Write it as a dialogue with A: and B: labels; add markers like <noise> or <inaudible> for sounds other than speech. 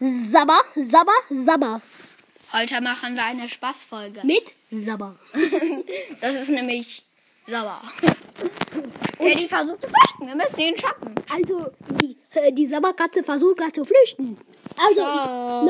A: Sabber, Sabber, Sabber.
B: Heute machen wir eine Spaßfolge.
A: Mit Sabber.
B: <laughs> Das ist nämlich sauer. Teddy versucht zu flüchten. Wir müssen ihn schaffen.
A: Also, die, äh, die Sabberkatze versucht gerade zu flüchten. Also, ich,
B: Oh.